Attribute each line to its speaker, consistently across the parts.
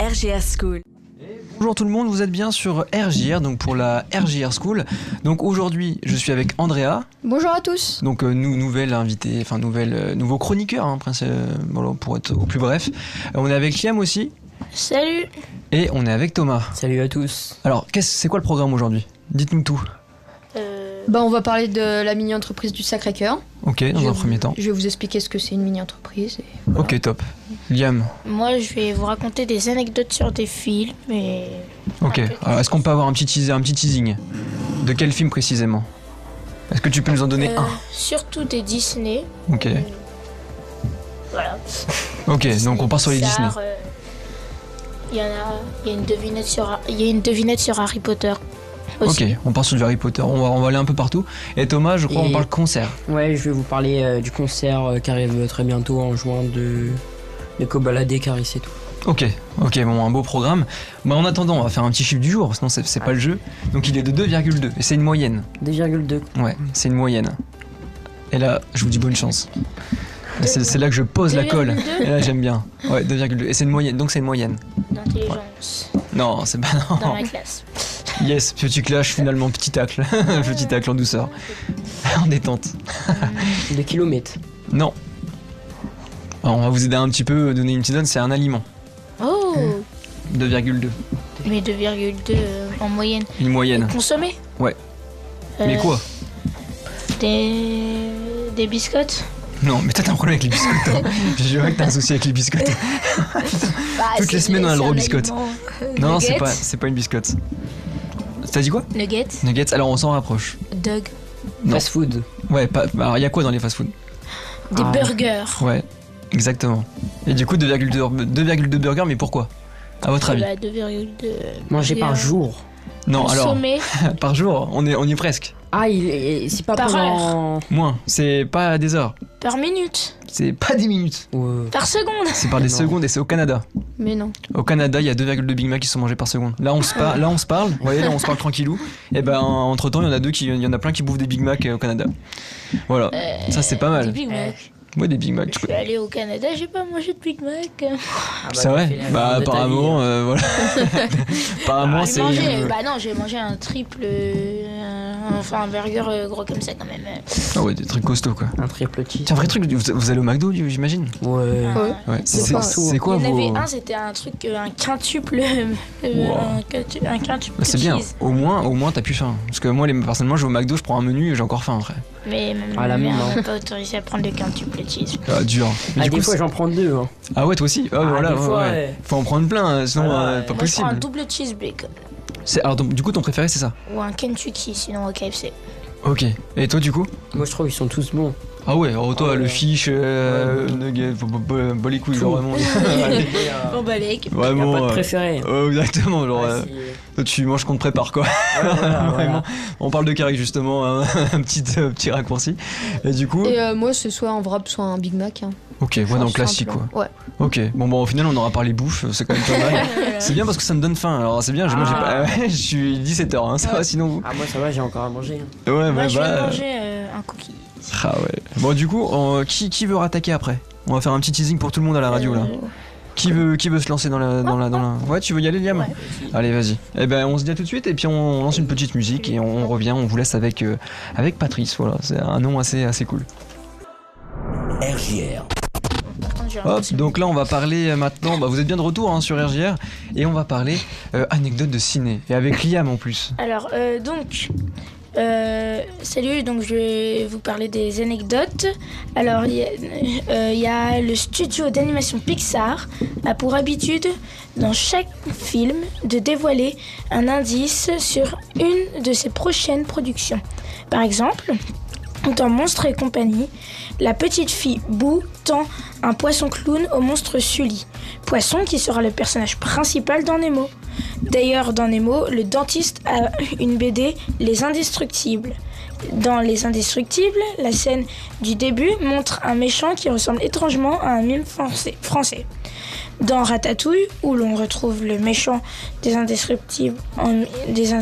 Speaker 1: RGR School.
Speaker 2: Bonjour tout le monde, vous êtes bien sur RJR, donc pour la RJR School. Donc aujourd'hui, je suis avec Andrea,
Speaker 3: Bonjour à tous.
Speaker 2: donc euh, nou- nouvelle invitée, enfin nouvelle, euh, nouveau chroniqueur, hein, prince, euh, voilà, pour être au plus bref. Euh, on est avec Liam aussi,
Speaker 3: Salut.
Speaker 2: et on est avec Thomas.
Speaker 4: Salut à tous.
Speaker 2: Alors, qu'est-ce- c'est quoi le programme aujourd'hui Dites-nous tout.
Speaker 5: Euh,
Speaker 3: Bah, on va parler de la mini-entreprise du Sacré-Cœur.
Speaker 2: Ok, dans
Speaker 3: Je-
Speaker 2: un premier temps.
Speaker 3: Je vais vous expliquer ce que c'est une mini-entreprise. et-
Speaker 2: Ok, top. Liam,
Speaker 5: Moi, je vais vous raconter des anecdotes sur des films et
Speaker 2: ok. Alors, est-ce qu'on peut avoir un petit, teaser, un petit teasing De quel film précisément Est-ce que tu peux nous en donner
Speaker 5: euh,
Speaker 2: un
Speaker 5: surtout des Disney.
Speaker 2: Ok.
Speaker 5: Voilà.
Speaker 2: Ok, donc on part sur les Disney.
Speaker 5: Pixar, euh, Il y en a. Il y a une devinette sur. Il y a une devinette sur Harry Potter.
Speaker 2: Ok,
Speaker 5: Aussi.
Speaker 2: on part sur du Harry Potter, on va, on va aller un peu partout. Et Thomas, je crois
Speaker 4: Et-
Speaker 2: on parle concert.
Speaker 4: Ouais, je vais vous parler euh, du concert euh, qui arrive très bientôt en juin de de Cobaladé, Caris et tout.
Speaker 2: Ok, ok, bon, un beau programme. Bah, en attendant, on va faire un petit chiffre du jour, sinon c'est c'est pas le jeu. Donc il est de 2,2, et c'est une moyenne.
Speaker 4: 2,2.
Speaker 2: Ouais, c'est une moyenne. Et là, je vous dis bonne chance. C'est c'est là que je pose la colle.
Speaker 5: 2,2.
Speaker 2: Et là, j'aime bien. Ouais, 2,2. Et c'est une moyenne, donc c'est une moyenne.
Speaker 5: D'intelligence
Speaker 2: Non, c'est pas
Speaker 5: dans
Speaker 2: non.
Speaker 5: la classe.
Speaker 2: Yes, petit clash finalement, petit tacle. petit tacle en douceur. en détente.
Speaker 4: De kilomètres.
Speaker 2: Non. Alors, on va vous aider un petit peu, donner une petite donne, c'est un aliment.
Speaker 5: Oh,
Speaker 2: 2,2.
Speaker 5: mais 2,2 euh, en moyenne.
Speaker 2: Une moyenne.
Speaker 5: Consommer
Speaker 2: Ouais.
Speaker 5: Euh,
Speaker 2: Mais quoi
Speaker 5: Des des biscottes.
Speaker 2: Non, mais toi t'as un problème avec les biscottes. toi. Je vois que t'as un souci avec les biscottes.
Speaker 5: Ah,
Speaker 2: Toutes les semaines, on a le droit aux biscottes. Non, non, c'est pas, c'est pas une biscotte. T'as dit quoi
Speaker 5: Nugget,
Speaker 2: Nuggets, alors on s'en rapproche.
Speaker 5: dog,
Speaker 2: Non.
Speaker 4: Fast food.
Speaker 2: Ouais, pas, alors il y a quoi dans les fast-food
Speaker 5: des
Speaker 4: Ah.
Speaker 5: burgers.
Speaker 2: Ouais, exactement. Et du coup, 2,2 bur- 2,2 burgers, mais pourquoi À votre avis
Speaker 5: Bah, 2,2.
Speaker 4: Manger par
Speaker 5: burgers.
Speaker 4: jour.
Speaker 5: ben,
Speaker 2: Non, alors,
Speaker 5: Consommer.
Speaker 2: par jour, on, est, on y est presque.
Speaker 4: Ah, il est- c'est pas
Speaker 5: Par
Speaker 4: pendant.
Speaker 2: Moins, c'est pas à des heures,
Speaker 5: Par minute,
Speaker 2: c'est pas 10 minutes.
Speaker 4: Ouais.
Speaker 5: par seconde.
Speaker 2: C'est par des
Speaker 4: Non.
Speaker 2: secondes et c'est au Canada.
Speaker 3: Mais non.
Speaker 2: Au Canada, il y a 2,2 Big Mac qui sont mangés par seconde. Là, on se, par- là, on se parle, vous voyez, là, on se parle tranquillou. Et ben, entre temps, il y en a deux qui, il y en a plein qui bouffent des Big Mac euh, au Canada. Voilà, ça c'est pas
Speaker 5: Des
Speaker 2: mal.
Speaker 5: Big Ah, bah, Mac.
Speaker 2: Ouais, des Big Mac.
Speaker 5: Je suis allée au Canada, j'ai pas mangé de Big Mac.
Speaker 4: Ah
Speaker 2: C'est vrai
Speaker 4: t'as fait
Speaker 2: Bah,
Speaker 4: la merde de ta
Speaker 2: apparemment,
Speaker 4: vie. hein.
Speaker 2: euh, voilà. apparemment,
Speaker 5: j'ai
Speaker 2: Ah, c'est. euh,
Speaker 5: mangé, bah non, j'ai mangé un triple, euh, enfin un burger euh, gros comme ça quand même.
Speaker 2: Ah ouais, des trucs costauds quoi.
Speaker 4: Un triple cheese.
Speaker 2: C'est un vrai truc, vous, vous allez au McDo, j'imagine
Speaker 4: Ouais.
Speaker 5: Un-
Speaker 3: Ouais.
Speaker 2: Ouais, c'est
Speaker 4: pas
Speaker 2: c'est-
Speaker 4: sourd.
Speaker 2: c'est quoi
Speaker 5: Il y en
Speaker 2: vos.
Speaker 5: avait un, c'était un truc, euh, un quintuple, euh, euh,
Speaker 2: Wow.
Speaker 5: un, quintu- un quintuple
Speaker 2: Bah, c'est bien,
Speaker 5: cheese.
Speaker 2: au moins, au moins t'as plus faim. Parce que moi, les, personnellement, je vais au McDo, je prends un menu et j'ai encore faim après.
Speaker 5: Mais ma
Speaker 4: Ah, la
Speaker 5: mère
Speaker 2: hein.
Speaker 4: maman.
Speaker 5: m'a pas autorisé à prendre le quintuple cheese.
Speaker 2: Ah, dur. Mais
Speaker 4: Ah,
Speaker 2: du
Speaker 4: des
Speaker 2: coup,
Speaker 4: fois,
Speaker 2: c'est-
Speaker 4: j'en prends deux. hein.
Speaker 2: ah ouais, toi aussi Ah,
Speaker 4: Ah,
Speaker 2: voilà,
Speaker 4: des
Speaker 2: ouais,
Speaker 4: fois,
Speaker 2: ouais.
Speaker 4: ouais.
Speaker 2: Faut en prendre plein, hein, sinon,
Speaker 4: Ah,
Speaker 2: euh,
Speaker 4: ouais.
Speaker 2: pas
Speaker 5: Moi, je prends un
Speaker 2: possible.
Speaker 5: double cheese bacon
Speaker 2: C'est- Alors, donc, du coup, ton préféré, c'est ça
Speaker 5: ou un Kentucky, sinon au KFC.
Speaker 2: Ok. Et toi, du coup
Speaker 4: Moi, je trouve qu'ils sont tous bons.
Speaker 2: Ah ouais, alors toi,
Speaker 4: Ah ouais.
Speaker 2: le fish, euh,
Speaker 4: Ouais,
Speaker 2: nugget, bah, bah, bah, bah, les couilles,
Speaker 4: Tout.
Speaker 2: genre, vraiment.
Speaker 4: Ah,
Speaker 5: Bon, bah, les
Speaker 4: Il euh, y a
Speaker 2: vraiment.
Speaker 4: pas de
Speaker 2: euh,
Speaker 4: préféré.
Speaker 2: ouais, exactement, genre,
Speaker 4: Ouais,
Speaker 2: euh,
Speaker 4: c'est-
Speaker 2: toi, tu manges qu'on te prépare, quoi.
Speaker 4: ouais, Ah, voilà,
Speaker 2: Vraiment.
Speaker 4: voilà.
Speaker 2: On parle de Carrick, justement, un, un petit, euh, petit raccourci. Et du coup.
Speaker 3: Et euh, moi, c'est soit un wrap, soit un Big Mac. hein.
Speaker 2: Ok, ouais,
Speaker 3: Enfin,
Speaker 2: non,
Speaker 3: tout
Speaker 2: classique, quoi.
Speaker 3: simplement. Ouais.
Speaker 2: Ok, bon, bon, au final, on aura parlé bouffe, c'est quand même pas mal. C'est bien parce que ça me donne faim, alors c'est bien, je, moi, j'ai pas- je suis 17h, hein, ça va sinon vous
Speaker 4: Ah, moi, ça va, j'ai encore à manger. hein.
Speaker 2: Ouais, bah,
Speaker 5: Moi, je vais
Speaker 2: bah,
Speaker 5: manger euh, un cookie.
Speaker 2: Ah ouais. Bon, du coup, on- qui, qui veut rattaquer après On va faire un petit teasing pour tout le monde à la radio là.
Speaker 5: Euh,
Speaker 2: Qui veut, qui veut se lancer dans la, dans la, dans la... Ouais, tu veux y aller, Liam
Speaker 5: Ouais.
Speaker 2: Allez, vas-y. Eh ben, on se dit à tout de suite et puis on lance une petite musique et on, on revient. On vous laisse avec, euh, avec Patrice. Voilà, c'est un nom assez, assez cool.
Speaker 6: RJR.
Speaker 5: pourtant, j'ai un
Speaker 2: Hop,
Speaker 5: peu-
Speaker 2: donc là on va parler euh, maintenant, bah, vous êtes bien de retour hein, sur RJR, et on va parler euh, anecdote de ciné, et avec Liam en plus.
Speaker 5: Alors, euh, donc, euh, salut, donc je vais vous parler des anecdotes. Alors, il y, a- euh, il y a le studio d'animation Pixar a pour habitude, dans chaque film, de dévoiler un indice sur une de ses prochaines productions. Par exemple, dans Monstre et compagnie, la petite fille Boo tend un poisson clown au monstre Sully, poisson qui sera le personnage principal dans Nemo. D'ailleurs, dans Nemo, le dentiste a une BD, Les Indestructibles. Dans Les Indestructibles, la scène du début montre un méchant qui ressemble étrangement à un mime français. français. Dans Ratatouille, où l'on retrouve le méchant des Indestructibles en, mi- des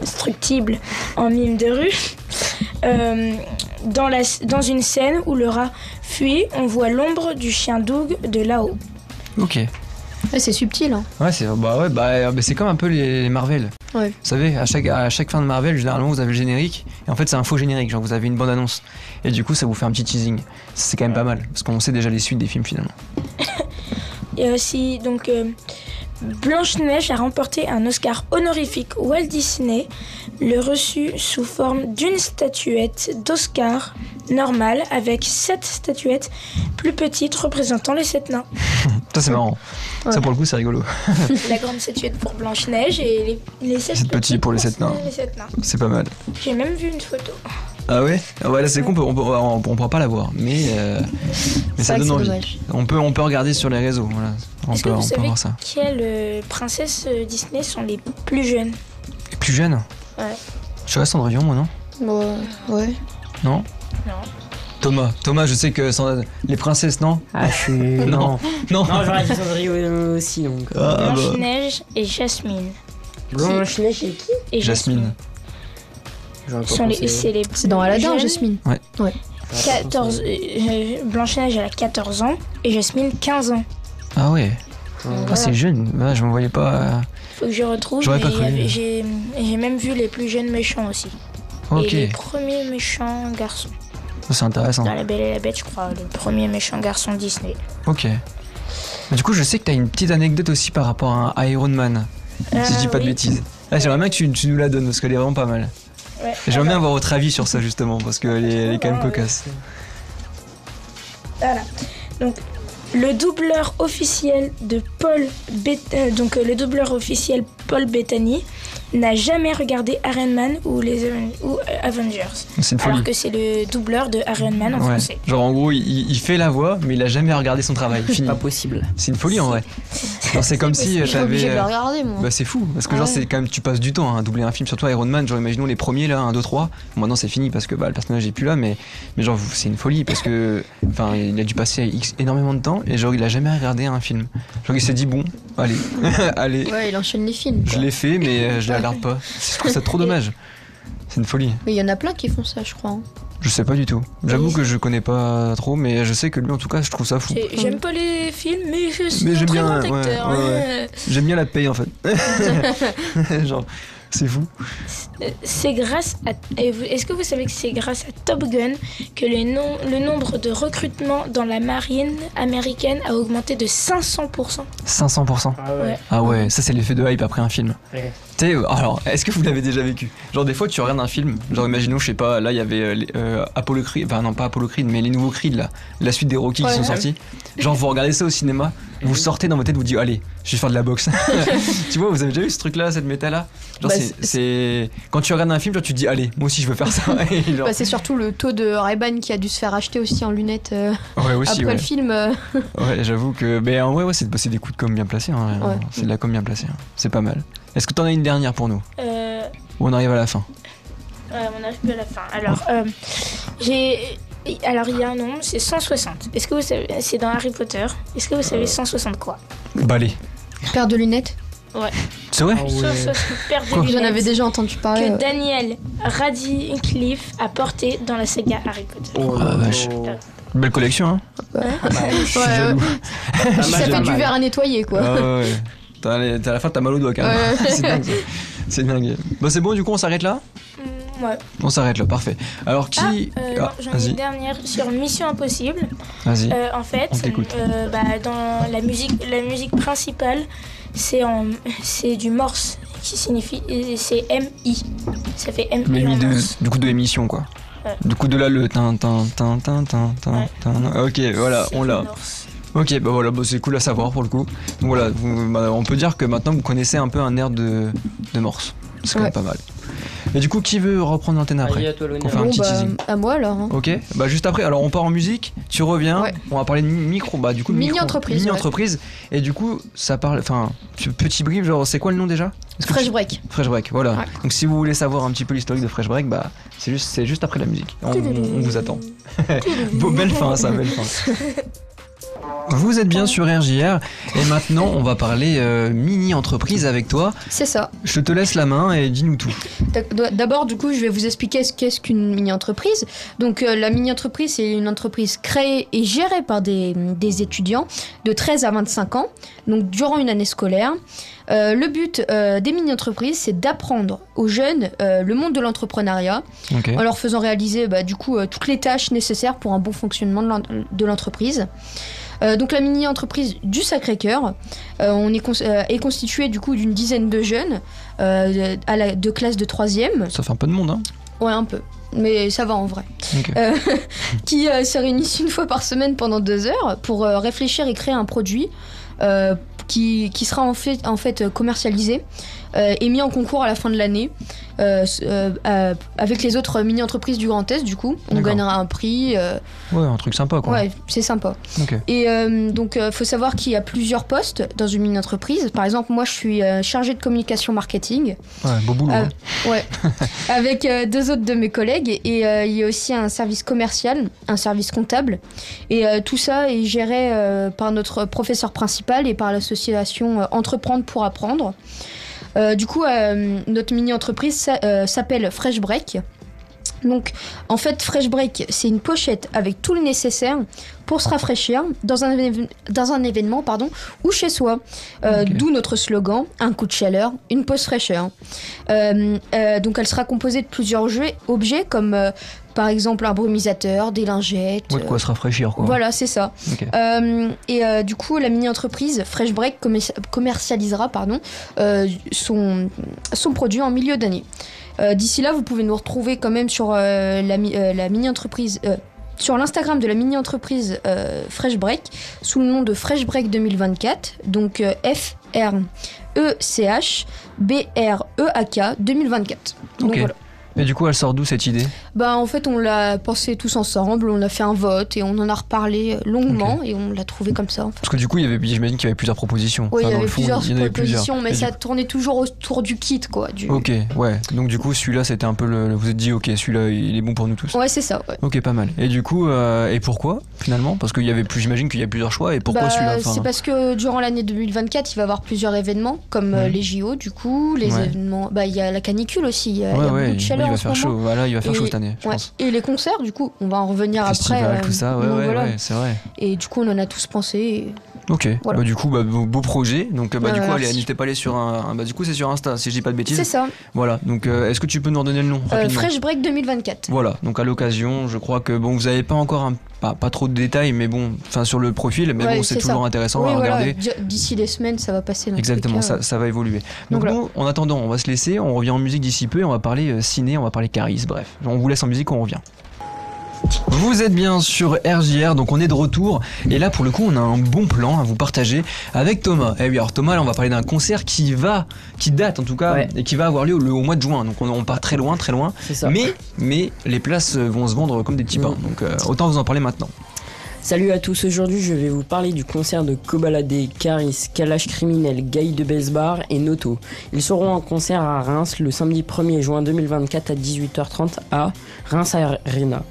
Speaker 5: Indestructibles en mime de rue, euh, dans, la- dans une scène où le rat fuit, on voit l'ombre du chien Doug de là-haut.
Speaker 2: Ok.
Speaker 3: Ouais, c'est subtil. hein.
Speaker 2: Ouais, c'est bah ouais, bah, euh, bah, c'est comme un peu les, les Marvel.
Speaker 3: Ouais.
Speaker 2: Vous savez, à chaque, à chaque fin de Marvel, généralement, vous avez le générique. Et en fait, c'est un faux générique. Genre, vous avez une bande-annonce. Et du coup, ça vous fait un petit teasing. C'est quand même pas mal. Parce qu'on sait déjà les suites des films, finalement.
Speaker 5: Il y a aussi donc euh, Blanche-Neige a remporté un Oscar honorifique Walt Disney, le reçu sous forme d'une statuette d'Oscar normale avec sept statuettes plus petites représentant les sept nains.
Speaker 2: Ça, c'est marrant. Ça,
Speaker 3: Ouais.
Speaker 2: pour le coup, c'est rigolo.
Speaker 5: La grande statuette pour Blanche-Neige et les, les sept
Speaker 2: Sept petits pour les sept nains.
Speaker 5: sept nains.
Speaker 2: C'est pas mal.
Speaker 5: J'ai même vu une photo.
Speaker 2: Ah ouais Ah Ouais, là, c'est con, on, peut- on, peut- on, on pourra pas la voir. Mais, euh, mais ça
Speaker 3: vrai que
Speaker 2: donne envie.
Speaker 3: c'est dommage.
Speaker 2: On peut, on peut regarder sur les réseaux. Voilà. On,
Speaker 5: Est-ce que
Speaker 2: peut,
Speaker 5: vous
Speaker 2: on peut
Speaker 5: savez
Speaker 2: voir ça.
Speaker 5: quelles euh, princesses euh, Disney sont les plus jeunes
Speaker 2: Et plus jeune
Speaker 5: Ouais.
Speaker 2: Je suis à Cendrillon, moi, non
Speaker 3: Bon, ouais.
Speaker 2: Non
Speaker 5: Non.
Speaker 2: Thomas, Thomas, je sais que sans- les princesses, non
Speaker 4: Ah, je suis.
Speaker 2: Non. Non,
Speaker 4: Non, j'aurais dit Cendrillon euh, aussi donc.
Speaker 2: Ah, bah.
Speaker 5: Blanche-Neige et Jasmine.
Speaker 4: Blanche-Neige et qui
Speaker 5: Et
Speaker 2: Jasmine.
Speaker 4: J'aurais pas
Speaker 5: Sont les,
Speaker 4: pensé.
Speaker 5: c'est les
Speaker 3: C'est dans
Speaker 5: plus
Speaker 3: Aladdin,
Speaker 5: jeunes.
Speaker 3: Jasmine.
Speaker 5: 14, euh, euh, Blanche-Neige, elle a 14 ans et Jasmine, 15 ans.
Speaker 2: Ah ouais,
Speaker 4: Ouais.
Speaker 2: Ah, c'est jeune, Ah, je me voyais pas. euh,
Speaker 5: Faut que je retrouve.
Speaker 2: J'aurais
Speaker 5: mais
Speaker 2: pas
Speaker 5: il y
Speaker 2: cru.
Speaker 5: avait- J'ai j'ai même vu les plus jeunes méchants aussi.
Speaker 2: Ok,
Speaker 5: Et les premiers méchants garçons.
Speaker 2: Ça, c'est intéressant.
Speaker 5: Dans La Belle et la Bête, je crois. Le premier méchant garçon Disney.
Speaker 2: Ok. Mais du coup, je sais que t'as une petite anecdote aussi par rapport à un Iron Man, si je
Speaker 5: Euh,
Speaker 2: dis pas de bêtises. Ah, J'aimerais bien que tu, tu nous la donnes parce qu'elle est vraiment pas mal.
Speaker 5: Ouais.
Speaker 2: Et J'aimerais bien avoir votre avis sur ça justement parce qu'elle est, elle est quand même cocasse.
Speaker 5: Voilà. Donc le doubleur officiel de Paul Bét- euh, donc euh, le doubleur officiel Paul Bettany n'a jamais regardé Iron Man ou les Aven- ou euh, Avengers
Speaker 2: C'est une
Speaker 5: alors
Speaker 2: folie.
Speaker 5: que c'est le doubleur de Iron Man en
Speaker 2: Ouais.
Speaker 5: français.
Speaker 2: Genre en gros, il, il fait la voix, mais il a jamais regardé son travail. Fini.
Speaker 4: Pas possible.
Speaker 2: C'est une folie en vrai. Non, C'est comme si
Speaker 3: Je
Speaker 2: euh,
Speaker 3: suis obligée
Speaker 2: t'avais.
Speaker 3: de le
Speaker 2: euh,
Speaker 3: regarder, moi.
Speaker 2: Bah c'est fou, parce que
Speaker 3: Ah
Speaker 2: genre
Speaker 3: ouais.
Speaker 2: c'est quand même tu passes du temps hein, à doubler un film, surtout Iron Man, genre imaginons les premiers là, 1, 2, 3, maintenant c'est fini parce que bah, le personnage est plus là, mais, mais genre c'est une folie parce que enfin il a dû passer X- énormément de temps et genre il a jamais regardé un film. Genre il s'est dit bon, allez, allez,
Speaker 3: Ouais, il enchaîne les films.
Speaker 2: bah, je
Speaker 3: quoi.
Speaker 2: l'ai fait mais euh, je la regarde pas. Je trouve ça trop dommage. C'est une folie.
Speaker 3: Mais il y en a plein qui font ça, je crois. hein.
Speaker 2: Je sais pas du tout. J'avoue que je connais pas trop, mais je sais que lui en tout cas je trouve ça fou.
Speaker 5: J'ai- J'aime pas les films mais je suis
Speaker 2: Mais
Speaker 5: un
Speaker 2: j'aime
Speaker 5: très
Speaker 2: bien,
Speaker 5: grand
Speaker 2: ouais, ouais,
Speaker 5: acteur.
Speaker 2: ouais,
Speaker 5: hein.
Speaker 2: J'aime bien la paye en fait. genre c'est fou.
Speaker 5: Euh, C'est grâce à et vous- est-ce que vous savez que c'est grâce à Top Gun que le, nom- le nombre de recrutements dans la marine américaine a augmenté de 500
Speaker 2: 500%.
Speaker 4: Ah
Speaker 5: ouais.
Speaker 2: Ah ouais, ça c'est l'effet de hype après un film.
Speaker 4: Ouais.
Speaker 2: Tu sais, alors, est-ce que vous l'avez déjà vécu Genre des fois tu regardes un film, genre imaginons, je sais pas, là il y avait euh, les- euh, Apollo Creed, enfin non pas Apollo Creed, mais les nouveaux Creed là, la suite des Rocky qui
Speaker 3: Ouais.
Speaker 2: sont sortis. Genre vous regardez ça au cinéma, vous sortez dans votre tête, vous dites allez, je vais faire de la boxe. tu vois, vous avez déjà eu ce truc là, cette méta là Genre
Speaker 3: Bah,
Speaker 2: c'est-
Speaker 3: c'est-
Speaker 2: c'est... Quand tu regardes un film, genre tu te dis allez, moi aussi je veux faire ça. Et genre-
Speaker 3: Bah, c'est surtout le taux de Ray-Ban qui a dû se faire acheter aussi en lunettes euh,
Speaker 2: ouais aussi,
Speaker 3: après
Speaker 2: ouais.
Speaker 3: le film. euh,
Speaker 2: Ouais, j'avoue que. Mais en vrai, ouais, c'est c'est des coups de com bien placés. hein,
Speaker 3: Ouais.
Speaker 2: C'est de la com bien placée. hein. C'est pas mal. Est-ce que t'en as une dernière pour nous
Speaker 5: Euh,
Speaker 2: Ou on arrive à la fin
Speaker 5: Ouais, on arrive plus à la fin. Alors, euh, j'ai. Alors, il y a un nombre, c'est 160. Est-ce que vous savez. C'est dans Harry Potter. Est-ce que vous
Speaker 2: Euh,
Speaker 5: savez 160 quoi
Speaker 2: Bah allez.
Speaker 3: Paire de lunettes.
Speaker 2: C'est vrai
Speaker 4: Ah ouais.
Speaker 5: 160 paires de
Speaker 2: Quoi
Speaker 3: J'en
Speaker 5: lunettes
Speaker 3: avais déjà entendu parler. Euh,
Speaker 5: que
Speaker 3: ouais.
Speaker 5: Daniel Radcliffe a porté dans la saga Harry Potter.
Speaker 4: Oh
Speaker 2: Ah,
Speaker 4: la
Speaker 2: vache. Belle collection, hein Je suis
Speaker 3: Ouais,
Speaker 2: jaloux.
Speaker 4: Pas
Speaker 3: Ça
Speaker 4: mal, pas
Speaker 3: fait du
Speaker 4: mal.
Speaker 3: verre à nettoyer, quoi.
Speaker 2: Ah ouais, ouais. T'as les- t'as- à la fin, t'as mal au doigt quand même.
Speaker 3: Ouais.
Speaker 2: c'est dingue. ça. C'est dingue. Bah c'est bon, du coup, on s'arrête là
Speaker 5: Mm, ouais.
Speaker 2: On s'arrête là, parfait. Alors
Speaker 5: Ah,
Speaker 2: qui.
Speaker 5: euh,
Speaker 2: Ah,
Speaker 5: non, j'en ai
Speaker 2: vas-y,
Speaker 5: une dernière sur Mission Impossible.
Speaker 2: vas-y.
Speaker 5: Euh, en fait,
Speaker 2: On t'écoute.
Speaker 5: euh, bah, dans la musique, la musique principale, c'est en, c'est du morse qui signifie, c'est MI. Ça fait MI.
Speaker 2: Mais
Speaker 5: en
Speaker 2: mis de-
Speaker 5: morse.
Speaker 2: du coup de l'émission quoi.
Speaker 5: euh, Ouais.
Speaker 2: Du coup de là le tin tin tin tin tin tin
Speaker 5: Ouais.
Speaker 2: tin. Ok voilà
Speaker 5: C'est
Speaker 2: on l'a.
Speaker 5: du morse.
Speaker 2: Ok, bah voilà, bah c'est cool à savoir pour le coup. Donc voilà, vous- bah, on peut dire que maintenant vous connaissez un peu un air de, de morse. C'est quand même
Speaker 3: Ouais.
Speaker 2: pas mal. Et du coup, qui veut reprendre l'antenne
Speaker 4: Allez,
Speaker 2: après
Speaker 4: à toi
Speaker 2: Qu'on fait
Speaker 4: l'honneur.
Speaker 2: un petit
Speaker 3: bah,
Speaker 2: teasing.
Speaker 3: à moi alors. hein.
Speaker 2: Ok, bah juste après, alors on part en musique, tu reviens,
Speaker 3: Ouais.
Speaker 2: on va parler de mi- micro, bah du coup de micro-
Speaker 3: Mini-entreprise,
Speaker 2: mini-entreprise. et du coup ça parle, enfin tu- petit brief, genre c'est quoi le nom déjà Est-ce que
Speaker 3: Fresh
Speaker 2: tu-
Speaker 3: break.
Speaker 2: Fresh Break, voilà.
Speaker 3: Ouais.
Speaker 2: Donc si vous voulez savoir un petit peu l'historique de Fresh Break, bah c'est juste, c'est juste après la musique. On, on- on vous attend. Beau- belle fin, ça, belle fin. Vous êtes bien sur RJR et maintenant on va parler euh, mini-entreprise avec toi.
Speaker 3: C'est ça.
Speaker 2: Je te laisse la main et dis-nous tout.
Speaker 3: D'ac- D'abord, du coup, je vais vous expliquer ce qu'est-ce qu'une mini-entreprise. Donc, euh, la mini-entreprise, c'est une entreprise créée et gérée par des, des étudiants de 13 à 25 ans, donc durant une année scolaire. Euh, le but euh, des mini-entreprises, c'est d'apprendre aux jeunes euh, le monde de l'entrepreneuriat
Speaker 2: Ok.
Speaker 3: en leur faisant réaliser bah, du coup euh, toutes les tâches nécessaires pour un bon fonctionnement de l'en- de l'entreprise. Euh, donc la mini-entreprise du Sacré-Cœur euh, on est, cons- euh, est constituée du coup d'une dizaine de jeunes euh, de- à la, de classe de 3e,
Speaker 2: Ça fait un peu de monde, hein.
Speaker 3: ouais un peu, mais ça va en vrai,
Speaker 2: Ok.
Speaker 3: Euh, qui euh, se réunissent une fois par semaine pendant deux heures pour euh, réfléchir et créer un produit euh, qui, qui sera en fait, en fait euh, commercialisé euh, et mis en concours à la fin de l'année euh, s- euh, euh, avec les autres mini-entreprises du Grand Est du coup. On
Speaker 2: D'accord.
Speaker 3: gagnera un prix. euh,
Speaker 2: Ouais, un truc sympa quoi.
Speaker 3: Ouais, c'est sympa.
Speaker 2: Ok.
Speaker 3: Et euh, donc, euh, faut savoir qu'il y a plusieurs postes dans une mini-entreprise. Par exemple, moi, je suis euh, chargée de communication marketing
Speaker 2: Ouais, beau boulot.
Speaker 3: Ah.
Speaker 2: hein.
Speaker 3: avec euh, deux autres de mes collègues. Et euh, il y a aussi un service commercial, un service comptable. Et euh, tout ça est géré euh, par notre professeur principal et par l'association euh, Entreprendre pour apprendre. Euh, du coup, euh, notre mini-entreprise s'a- euh, s'appelle Fresh Break. Donc, en fait, Fresh Break, c'est une pochette avec tout le nécessaire pour se rafraîchir dans un, éve- dans un événement pardon, ou chez soi. Euh,
Speaker 2: Ok.
Speaker 3: D'où notre slogan un coup de chaleur, une pause fraîcheur. Euh, euh, donc, elle sera composée de plusieurs jeux, objets comme euh, par exemple un brumisateur, des lingettes.
Speaker 2: Ouais, de quoi se rafraîchir quoi.
Speaker 3: Voilà, c'est ça.
Speaker 2: Ok.
Speaker 3: Euh, et euh, du coup, la mini-entreprise Fresh Break commer- commercialisera pardon, euh, son, son produit en milieu d'année. Euh, D'ici là, vous pouvez nous retrouver quand même sur euh, la, mi- euh, la mini-entreprise. euh, sur l'Instagram de la mini-entreprise euh, Fresh Break, sous le nom de Fresh Break 2024, donc euh, E F-R-E-C-H-B-R-E-A-K 2024. Donc
Speaker 2: Ok.
Speaker 3: voilà.
Speaker 2: Et du coup, elle sort d'où cette idée
Speaker 3: Bah, en fait, on l'a pensé tous ensemble, on a fait un vote et on en a reparlé longuement et on l'a trouvé comme ça. en fait.
Speaker 2: Parce que du coup, il y avait, j'imagine qu'il y avait plusieurs propositions.
Speaker 3: Oui,
Speaker 2: Enfin,
Speaker 3: il y
Speaker 2: dans
Speaker 3: avait
Speaker 2: le fond,
Speaker 3: plusieurs
Speaker 2: il y en avait plusieurs.
Speaker 3: propositions, mais
Speaker 2: Et
Speaker 3: ça tournait toujours autour du kit, quoi. Du...
Speaker 2: du- Ok, ouais. Donc du coup, celui-là, c'était un peu le. le- Vous êtes dit, ok, celui-là, il est bon pour nous tous.
Speaker 3: Ouais, c'est ça. ouais.
Speaker 2: Ok, pas mal. Et du coup, euh, et pourquoi finalement Parce qu'il y avait plus, j'imagine qu'il y a plusieurs choix. Et pourquoi
Speaker 3: Bah,
Speaker 2: celui-là Enfin,
Speaker 3: C'est parce que durant l'année 2024, il va y avoir plusieurs événements, comme euh,
Speaker 2: Ouais.
Speaker 3: les JO, du coup, les
Speaker 2: Ouais.
Speaker 3: événements. Bah, il y a la canicule aussi, il y a, il y
Speaker 2: Ouais,
Speaker 3: a
Speaker 2: ouais,
Speaker 3: beaucoup
Speaker 2: il-
Speaker 3: de
Speaker 2: il
Speaker 3: chaleur en
Speaker 2: va
Speaker 3: ce
Speaker 2: faire
Speaker 3: moment.
Speaker 2: chaud. Voilà, il va faire
Speaker 3: Et-
Speaker 2: chaud cette année, je
Speaker 3: Ouais.
Speaker 2: pense.
Speaker 3: Et les concerts, du coup, on va en revenir
Speaker 2: Festival,
Speaker 3: après. euh,
Speaker 2: tout ça, ouais,
Speaker 3: donc
Speaker 2: ouais,
Speaker 3: voilà.
Speaker 2: ouais, c'est vrai.
Speaker 3: Et du coup, on en a tous pensé. et-
Speaker 2: Ok.
Speaker 3: Voilà.
Speaker 2: Bah du coup, bah, beau, beau projet. Donc euh, bah
Speaker 3: Ouais,
Speaker 2: du coup,
Speaker 3: merci.
Speaker 2: allez, n'hésitez pas à aller sur un. un- Bah du coup, c'est sur Insta, si je dis pas de
Speaker 3: C'est
Speaker 2: bêtises.
Speaker 3: ça,
Speaker 2: Voilà. Donc, euh, est-ce que tu peux nous redonner le nom
Speaker 3: euh,
Speaker 2: rapidement
Speaker 3: Fresh Break 2024.
Speaker 2: Voilà, donc à l'occasion, je crois que bon, vous avez pas encore un- pas, pas trop de détails, mais bon, enfin sur le profil, mais
Speaker 3: Ouais,
Speaker 2: bon, c'est
Speaker 3: c'est
Speaker 2: toujours
Speaker 3: ça.
Speaker 2: intéressant à
Speaker 3: oui, voilà,
Speaker 2: regarder.
Speaker 3: d- d'ici les semaines, ça va passer. dans tous les
Speaker 2: Exactement,
Speaker 3: cas.
Speaker 2: ça, ça va évoluer. Donc,
Speaker 3: Donc là-
Speaker 2: nous, en attendant, on va se laisser, on revient en musique d'ici peu, on va parler euh, ciné, on va parler caris, bref. On vous laisse en musique, on revient. Vous êtes bien sur RJR, donc on est de retour. Et là, pour le coup, on a un bon plan à vous partager avec Thomas. Et oui, alors Thomas, là, on va parler d'un concert qui va, qui date en tout cas,
Speaker 4: Ouais.
Speaker 2: et qui va avoir lieu le, au mois de juin. Donc on, on part très loin, très loin.
Speaker 4: C'est ça.
Speaker 2: Mais, mais les places euh, vont se vendre comme des petits pains.
Speaker 4: Mm.
Speaker 2: Donc euh, autant vous en parler maintenant.
Speaker 4: Salut à tous, aujourd'hui je vais vous parler du concert de Kobalade, Caris, Kalash Criminel, Gaï de Besbar et Noto. Ils seront en concert à Reims le samedi 1er juin 2024 à 18h30 à Reims Arena.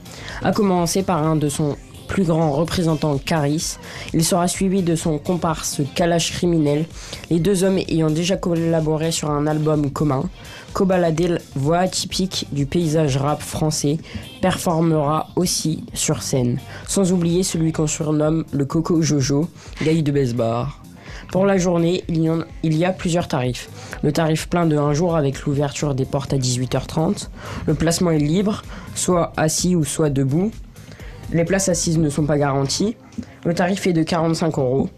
Speaker 4: A commencer par un de son plus grand représentant Caris, il sera suivi de son comparse Kalash Criminel, les deux hommes ayant déjà collaboré sur un album commun. Kobalade, voix atypique du paysage rap français, performera aussi sur scène sans oublier celui qu'on surnomme le Coco Jojo, Gaï de Besbar. Pour la journée, il y, en- il y a plusieurs tarifs. Le tarif plein de un jour avec l'ouverture des portes à 18h30. Le placement est libre, soit assis ou soit debout. Les places assises ne sont pas garanties. Le tarif est de 45 euros.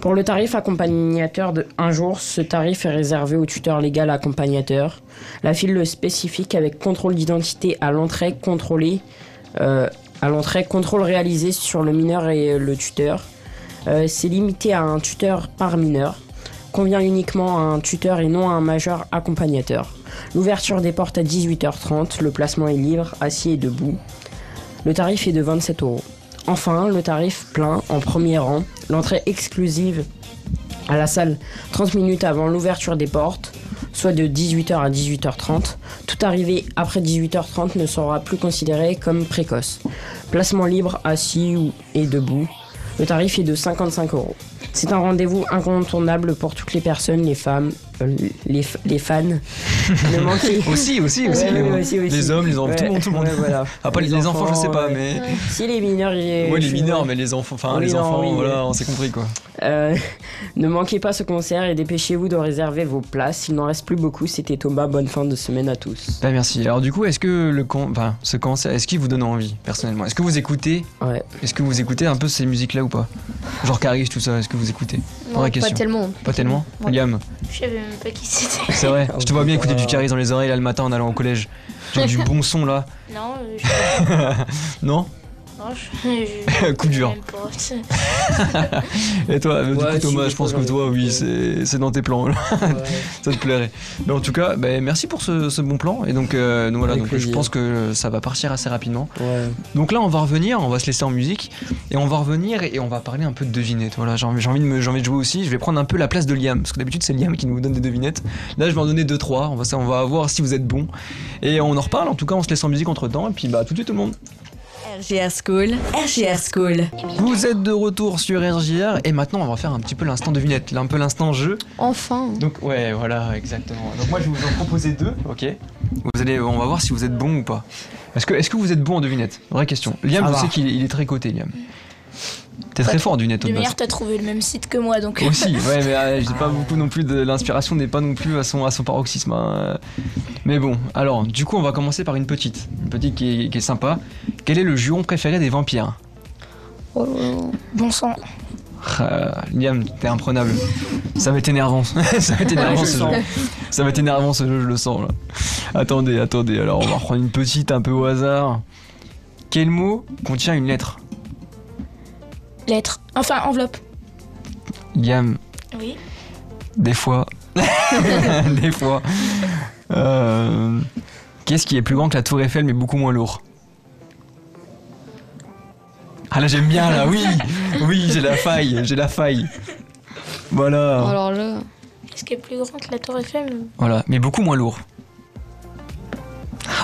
Speaker 4: Pour le tarif accompagnateur de un jour, ce tarif est réservé au tuteur légal accompagnateur. La file spécifique avec contrôle d'identité à l'entrée contrôlée euh, à l'entrée, contrôle réalisé sur le mineur et euh, le tuteur. Euh, c'est limité à un tuteur par mineur. Convient uniquement à un tuteur et non à un majeur accompagnateur. L'ouverture des portes à 18h30, le placement est libre, assis et debout. Le tarif est de 27 euros. Enfin, le tarif plein en premier rang, l'entrée exclusive à la salle 30 minutes avant l'ouverture des portes, soit de 18h à 18h30. Toute arrivée après 18h30 ne sera plus considérée comme précoce. Placement libre, assis ou et debout. Le tarif est de 55 euros. C'est un rendez-vous incontournable pour toutes les personnes, les femmes, euh, les, f- les fans. ne manquez
Speaker 2: Aussi, aussi, aussi.
Speaker 4: Ouais, ouais,
Speaker 2: euh,
Speaker 4: aussi, aussi.
Speaker 2: Les hommes, les hommes, tout le
Speaker 4: Ouais,
Speaker 2: monde, tout le monde.
Speaker 4: ouais, voilà.
Speaker 2: Ah, pas les, les enfants, je sais pas,
Speaker 4: ouais.
Speaker 2: mais.
Speaker 4: Si les mineurs, il est-
Speaker 2: Ouais, les
Speaker 4: je-
Speaker 2: mineurs, mais les enfants, enfin,
Speaker 4: Oui,
Speaker 2: les
Speaker 4: non,
Speaker 2: enfants,
Speaker 4: oui,
Speaker 2: voilà,
Speaker 4: oui.
Speaker 2: on s'est compris quoi.
Speaker 4: Euh, ne manquez pas ce concert et dépêchez-vous de réserver vos places. Il n'en reste plus beaucoup. C'était Thomas. Bonne fin de semaine à tous.
Speaker 2: Bah, merci. Alors, du coup, est-ce que le con... enfin, ce concert, est-ce qu'il vous donne envie, personnellement Est-ce que vous écoutez
Speaker 4: Ouais.
Speaker 2: Est-ce que vous écoutez un peu ces musiques-là ou pas Genre Caris, tout ça, est-ce que vous écoutez
Speaker 3: Non,
Speaker 2: Vraie
Speaker 3: pas
Speaker 2: question.
Speaker 3: tellement.
Speaker 2: Pas tellement
Speaker 3: Ouais.
Speaker 2: William,
Speaker 5: Je savais même pas qui c'était.
Speaker 2: c'est vrai,
Speaker 4: Ah,
Speaker 2: je te vois bien écouter du
Speaker 4: putain.
Speaker 2: Caris dans les oreilles là le matin en allant au collège. Genre du bon son là,
Speaker 5: Non, euh, je.
Speaker 2: non
Speaker 5: non, je- je-
Speaker 2: Coup dur.
Speaker 5: Même pas.
Speaker 2: Et toi, euh, du
Speaker 4: Ouais,
Speaker 2: coup,
Speaker 4: si,
Speaker 2: Thomas,
Speaker 4: des
Speaker 2: je pense
Speaker 4: fois,
Speaker 2: que
Speaker 4: j'en ai
Speaker 2: toi, oui,
Speaker 4: écouté.
Speaker 2: c'est c'est dans tes plans, là. ça te plairait. Mais en tout cas, ben, merci pour ce, ce bon plan. Et donc, euh, donc voilà,
Speaker 4: Avec
Speaker 2: donc, je
Speaker 4: plaisir.
Speaker 2: pense que ça va partir assez rapidement.
Speaker 4: Ouais.
Speaker 2: Donc là, on va revenir, on va se laisser en musique, et on va revenir et on va parler un peu de devinettes. Voilà, j'ai envie, j'ai envie de me- j'ai envie de jouer aussi. Je vais prendre un peu la place de Liam, parce que d'habitude c'est Liam qui nous donne des devinettes. Là, je vais en donner deux trois. On va ça, on va voir si vous êtes bon. Et on en reparle. En tout cas, on se laisse en musique entre temps. Et puis bah à tout de suite tout le monde.
Speaker 1: RGR School, RGR School.
Speaker 2: Vous êtes de retour sur RJR et maintenant on va faire un petit peu l'instant devinette, là, un peu l'instant jeu.
Speaker 3: Enfin.
Speaker 2: Donc ouais, voilà, exactement. Donc moi je vais vous en proposer deux, ok. Vous allez, on va voir si vous êtes bon ou pas. Est-ce que, est-ce que vous êtes bon en devinette Vraie question. Liam,
Speaker 4: Ça
Speaker 2: je
Speaker 4: va.
Speaker 2: sais qu'il est, il est très coté, Liam. T'es très
Speaker 5: Ouais.
Speaker 2: fort en devinette,
Speaker 5: De
Speaker 2: au
Speaker 5: manière, t'as trouvé le même site que moi, donc.
Speaker 2: Aussi, ouais, mais euh, j'ai pas beaucoup non plus de l'inspiration n'est pas non plus à son à son paroxysme. hein, euh. Mais bon, alors du coup on va commencer par une petite, une petite qui est, qui est sympa. Quel est le juron préféré des vampires
Speaker 5: Bon sang.
Speaker 2: Euh, Liam, t'es imprenable. Ça va être énervant. ça va être énervant
Speaker 4: Ouais, je
Speaker 2: ce
Speaker 4: le
Speaker 2: jeu.
Speaker 4: sens.
Speaker 2: Ça va être énervant ce jeu, je le sens là. Attendez, attendez, alors on va reprendre une petite un peu au hasard. Quel mot contient une lettre
Speaker 5: Lettre. Enfin, enveloppe.
Speaker 2: Liam,
Speaker 5: Oui.
Speaker 2: des fois. des fois. Euh, Qu'est-ce qui est plus grand que la tour Eiffel mais beaucoup moins lourd Ah là j'aime bien là, oui Oui, j'ai la faille, j'ai la faille. Voilà.
Speaker 3: Alors là.
Speaker 5: Est-ce qu'elle est plus grande que la Tour Eiffel
Speaker 2: Voilà, mais beaucoup moins lourd.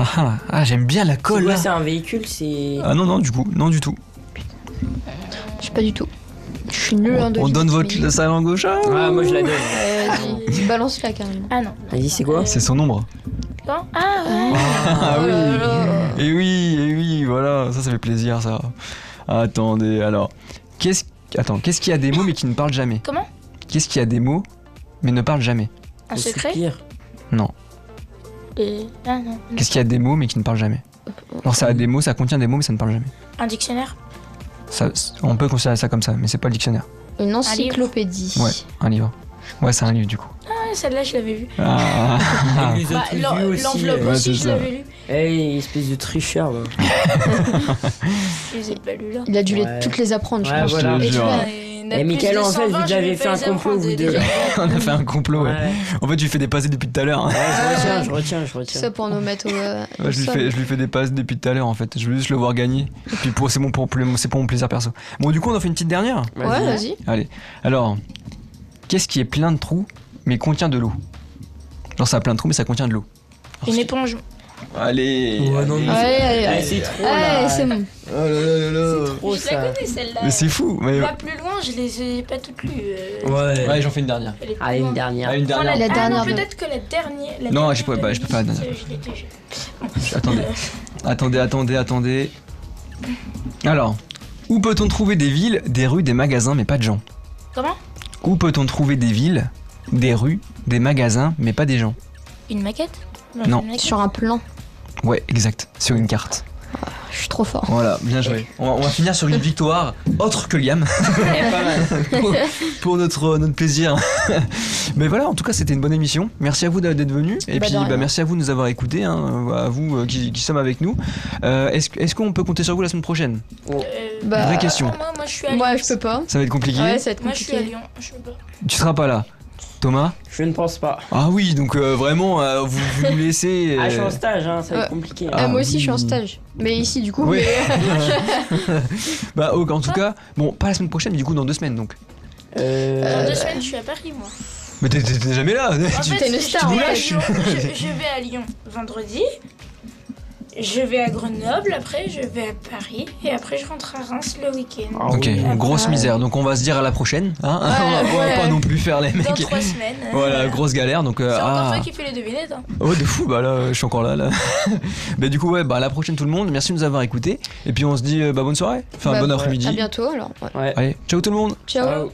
Speaker 2: Ah, ah, ah, j'aime bien la
Speaker 4: C'est
Speaker 2: colle
Speaker 4: quoi,
Speaker 2: là.
Speaker 4: c'est un véhicule, c'est.
Speaker 2: Ah non, non, du coup, non du tout.
Speaker 3: Je sais pas du tout. Je suis nul en
Speaker 2: On, on donne votre le salon gauche. ah
Speaker 4: Ah, moi je la donne.
Speaker 3: Vas-y, balance la carrément.
Speaker 5: Ah non.
Speaker 4: Vas-y, c'est quoi
Speaker 2: C'est son ombre.
Speaker 5: Quand ah ouais.
Speaker 2: Ah
Speaker 3: Oh là là.
Speaker 2: Et oui, et oui, voilà, ça, ça fait plaisir ça. Attendez, alors, qu'est-ce Attends, qu'est-ce qu'il y a des mots mais qui ne parlent jamais
Speaker 5: Comment
Speaker 2: Qu'est-ce qu'il y a des mots mais ne parlent jamais
Speaker 5: Un
Speaker 4: Le
Speaker 5: secret
Speaker 4: soupir.
Speaker 5: Et... Ah non.
Speaker 2: Qu'est-ce qu'il y a des mots mais qui ne parlent jamais Alors ça a des mots, ça contient des mots mais ça ne parle jamais.
Speaker 5: Un dictionnaire
Speaker 2: Ça, on peut considérer ça comme ça, mais c'est pas le dictionnaire.
Speaker 3: Une encyclopédie.
Speaker 2: Ouais, un livre. Ouais, c'est un livre du coup.
Speaker 5: Ah, celle-là, je l'avais vue.
Speaker 2: Ah.
Speaker 4: Et les
Speaker 5: Bah,
Speaker 4: autres
Speaker 5: l'en-
Speaker 4: vues aussi,
Speaker 5: L'enveloppe
Speaker 4: euh.
Speaker 2: ouais,
Speaker 5: aussi,
Speaker 2: c'est
Speaker 5: je
Speaker 2: ça.
Speaker 5: l'avais lue.
Speaker 4: Hey, espèce de tricheur. là.
Speaker 5: Je les ai pas lues là.
Speaker 3: Il a dû
Speaker 4: Ouais.
Speaker 3: les, toutes les apprendre, je
Speaker 4: Ouais,
Speaker 3: pense.
Speaker 4: voilà.
Speaker 2: Je te
Speaker 5: Et tu
Speaker 2: jure.
Speaker 5: vois,
Speaker 4: Et Michael, en fait, vous avez fait un complot, vous deux. Oh,
Speaker 2: On a fait un complot, ouais.
Speaker 4: Ouais.
Speaker 2: En fait, je lui fais des passes depuis tout à l'heure. hein.
Speaker 4: Ouais, je retiens, je retiens, je
Speaker 3: Tout
Speaker 4: retiens.
Speaker 3: ça pour nous mettre au. euh,
Speaker 2: Ouais,
Speaker 3: au
Speaker 2: je, lui
Speaker 3: sol.
Speaker 2: fais, je lui fais des passes depuis tout à l'heure, en fait. Je veux juste le voir gagner. Et puis, pour, c'est, mon, pour, c'est pour mon plaisir perso. Bon, du coup, on en fait une petite dernière.
Speaker 3: Ouais, vas-y.
Speaker 2: Allez. Alors, qu'est-ce qui est plein de trous, mais contient de l'eau Genre, ça a plein de trous, mais ça contient de l'eau.
Speaker 5: Une éponge.
Speaker 2: Allez.
Speaker 4: Ouais,
Speaker 2: allez.
Speaker 4: non,
Speaker 3: Ouais,
Speaker 4: mais-
Speaker 3: allez,
Speaker 4: Ah,
Speaker 3: allez.
Speaker 4: c'est trop
Speaker 3: Ouais,
Speaker 4: là.
Speaker 3: Eh, c'est bon.
Speaker 2: Oh là là là là.
Speaker 4: trop
Speaker 5: je la
Speaker 4: ça.
Speaker 5: connais celle-là.
Speaker 2: Mais euh, c'est fou. Mais...
Speaker 5: Va plus loin, je les ai pas toutes lues. euh,
Speaker 2: Ouais,
Speaker 4: Ouais.
Speaker 2: j'en fais une dernière.
Speaker 5: elle est plus
Speaker 4: Allez,
Speaker 5: loin.
Speaker 4: une dernière.
Speaker 2: Ah, une
Speaker 5: Prends
Speaker 2: dernière.
Speaker 3: La
Speaker 5: Ah non,
Speaker 3: dernière de-
Speaker 5: peut-être que la dernière. la
Speaker 2: Non,
Speaker 5: dernière
Speaker 2: je peux
Speaker 5: de
Speaker 2: pas- je peux pas la
Speaker 5: Miss,
Speaker 2: dernière.
Speaker 5: je l'ai déjà.
Speaker 2: Attendez. attendez, attendez, attendez. Alors, où peut-on trouver des villes, des rues, des magasins, mais pas de gens
Speaker 5: Comment
Speaker 2: Où peut-on trouver des villes, des rues, des magasins, mais pas des gens
Speaker 5: Une maquette
Speaker 2: Non.
Speaker 5: Une maquette
Speaker 3: Sur un plan.
Speaker 2: Ouais, exact, sur une carte.
Speaker 3: Je suis trop fort.
Speaker 2: Voilà, bien joué. On va, on va finir sur une victoire autre que Liam. pour, pour notre, euh, notre plaisir. Mais voilà, en tout cas, c'était une bonne émission. Merci à vous d'a- d'être venus. Et
Speaker 3: Bah,
Speaker 2: puis,
Speaker 3: de rien.
Speaker 2: bah, merci à vous de nous avoir écoutés, hein, à vous euh, qui, qui sommes avec nous. Euh, Est-ce est-ce qu'on peut compter sur vous la semaine prochaine
Speaker 5: Euh,
Speaker 3: Bah,
Speaker 2: Vraie question.
Speaker 5: Moi, moi, je suis à Lyon.
Speaker 3: Moi, je peux pas.
Speaker 2: Ça va être compliqué.
Speaker 3: Ouais, ça va être
Speaker 5: Moi, je suis à
Speaker 3: compliqué.
Speaker 5: Lyon. Je peux pas.
Speaker 2: Tu seras pas là. Thomas
Speaker 4: Je ne pense pas.
Speaker 2: Ah oui, donc euh, vraiment, euh, vous, vous nous laissez.
Speaker 4: Ah,
Speaker 2: euh,
Speaker 4: je suis en stage, hein, ça va
Speaker 3: Ouais.
Speaker 4: être compliqué.
Speaker 2: Ah,
Speaker 3: Ah, moi aussi, je suis en
Speaker 2: oui.
Speaker 3: stage. Mais ici, du coup.
Speaker 2: Oui.
Speaker 3: mais-
Speaker 2: Bah, ok, en tout cas, bon, pas la semaine prochaine, mais du coup, dans deux semaines donc.
Speaker 5: Dans
Speaker 4: Euh,
Speaker 5: deux semaines, je suis à Paris, moi.
Speaker 2: Mais t'es- t'es t'es jamais là
Speaker 5: En
Speaker 2: tu-
Speaker 5: fait,
Speaker 3: t'es une
Speaker 5: je
Speaker 3: star,
Speaker 5: vais à
Speaker 2: ouais.
Speaker 5: Lyon- Je je vais à Lyon vendredi. Je vais à Grenoble, après je vais à Paris et après je rentre à Reims le week-end.
Speaker 4: Ah
Speaker 2: Ok,
Speaker 4: oui.
Speaker 2: grosse misère. Donc on va se dire à la prochaine. Hein on va
Speaker 5: euh, ouais.
Speaker 2: pas non plus faire les
Speaker 5: Dans
Speaker 2: mecs.
Speaker 5: trois semaines.
Speaker 2: Voilà, grosse galère. Donc euh,
Speaker 5: C'est encore
Speaker 2: ah.
Speaker 5: toi qui fais les devinettes. hein.
Speaker 2: oh de fou. Bah là, euh, je suis encore là. là. bah du coup ouais, bah à la prochaine tout le monde. Merci de nous avoir écoutés. Et puis on se dit euh, bah bonne soirée. Enfin
Speaker 3: Bah,
Speaker 2: bon
Speaker 3: À
Speaker 2: après-midi.
Speaker 3: bientôt alors. ouais.
Speaker 4: Ouais.
Speaker 2: Allez, ciao tout le monde.
Speaker 3: Ciao.
Speaker 4: Ciao.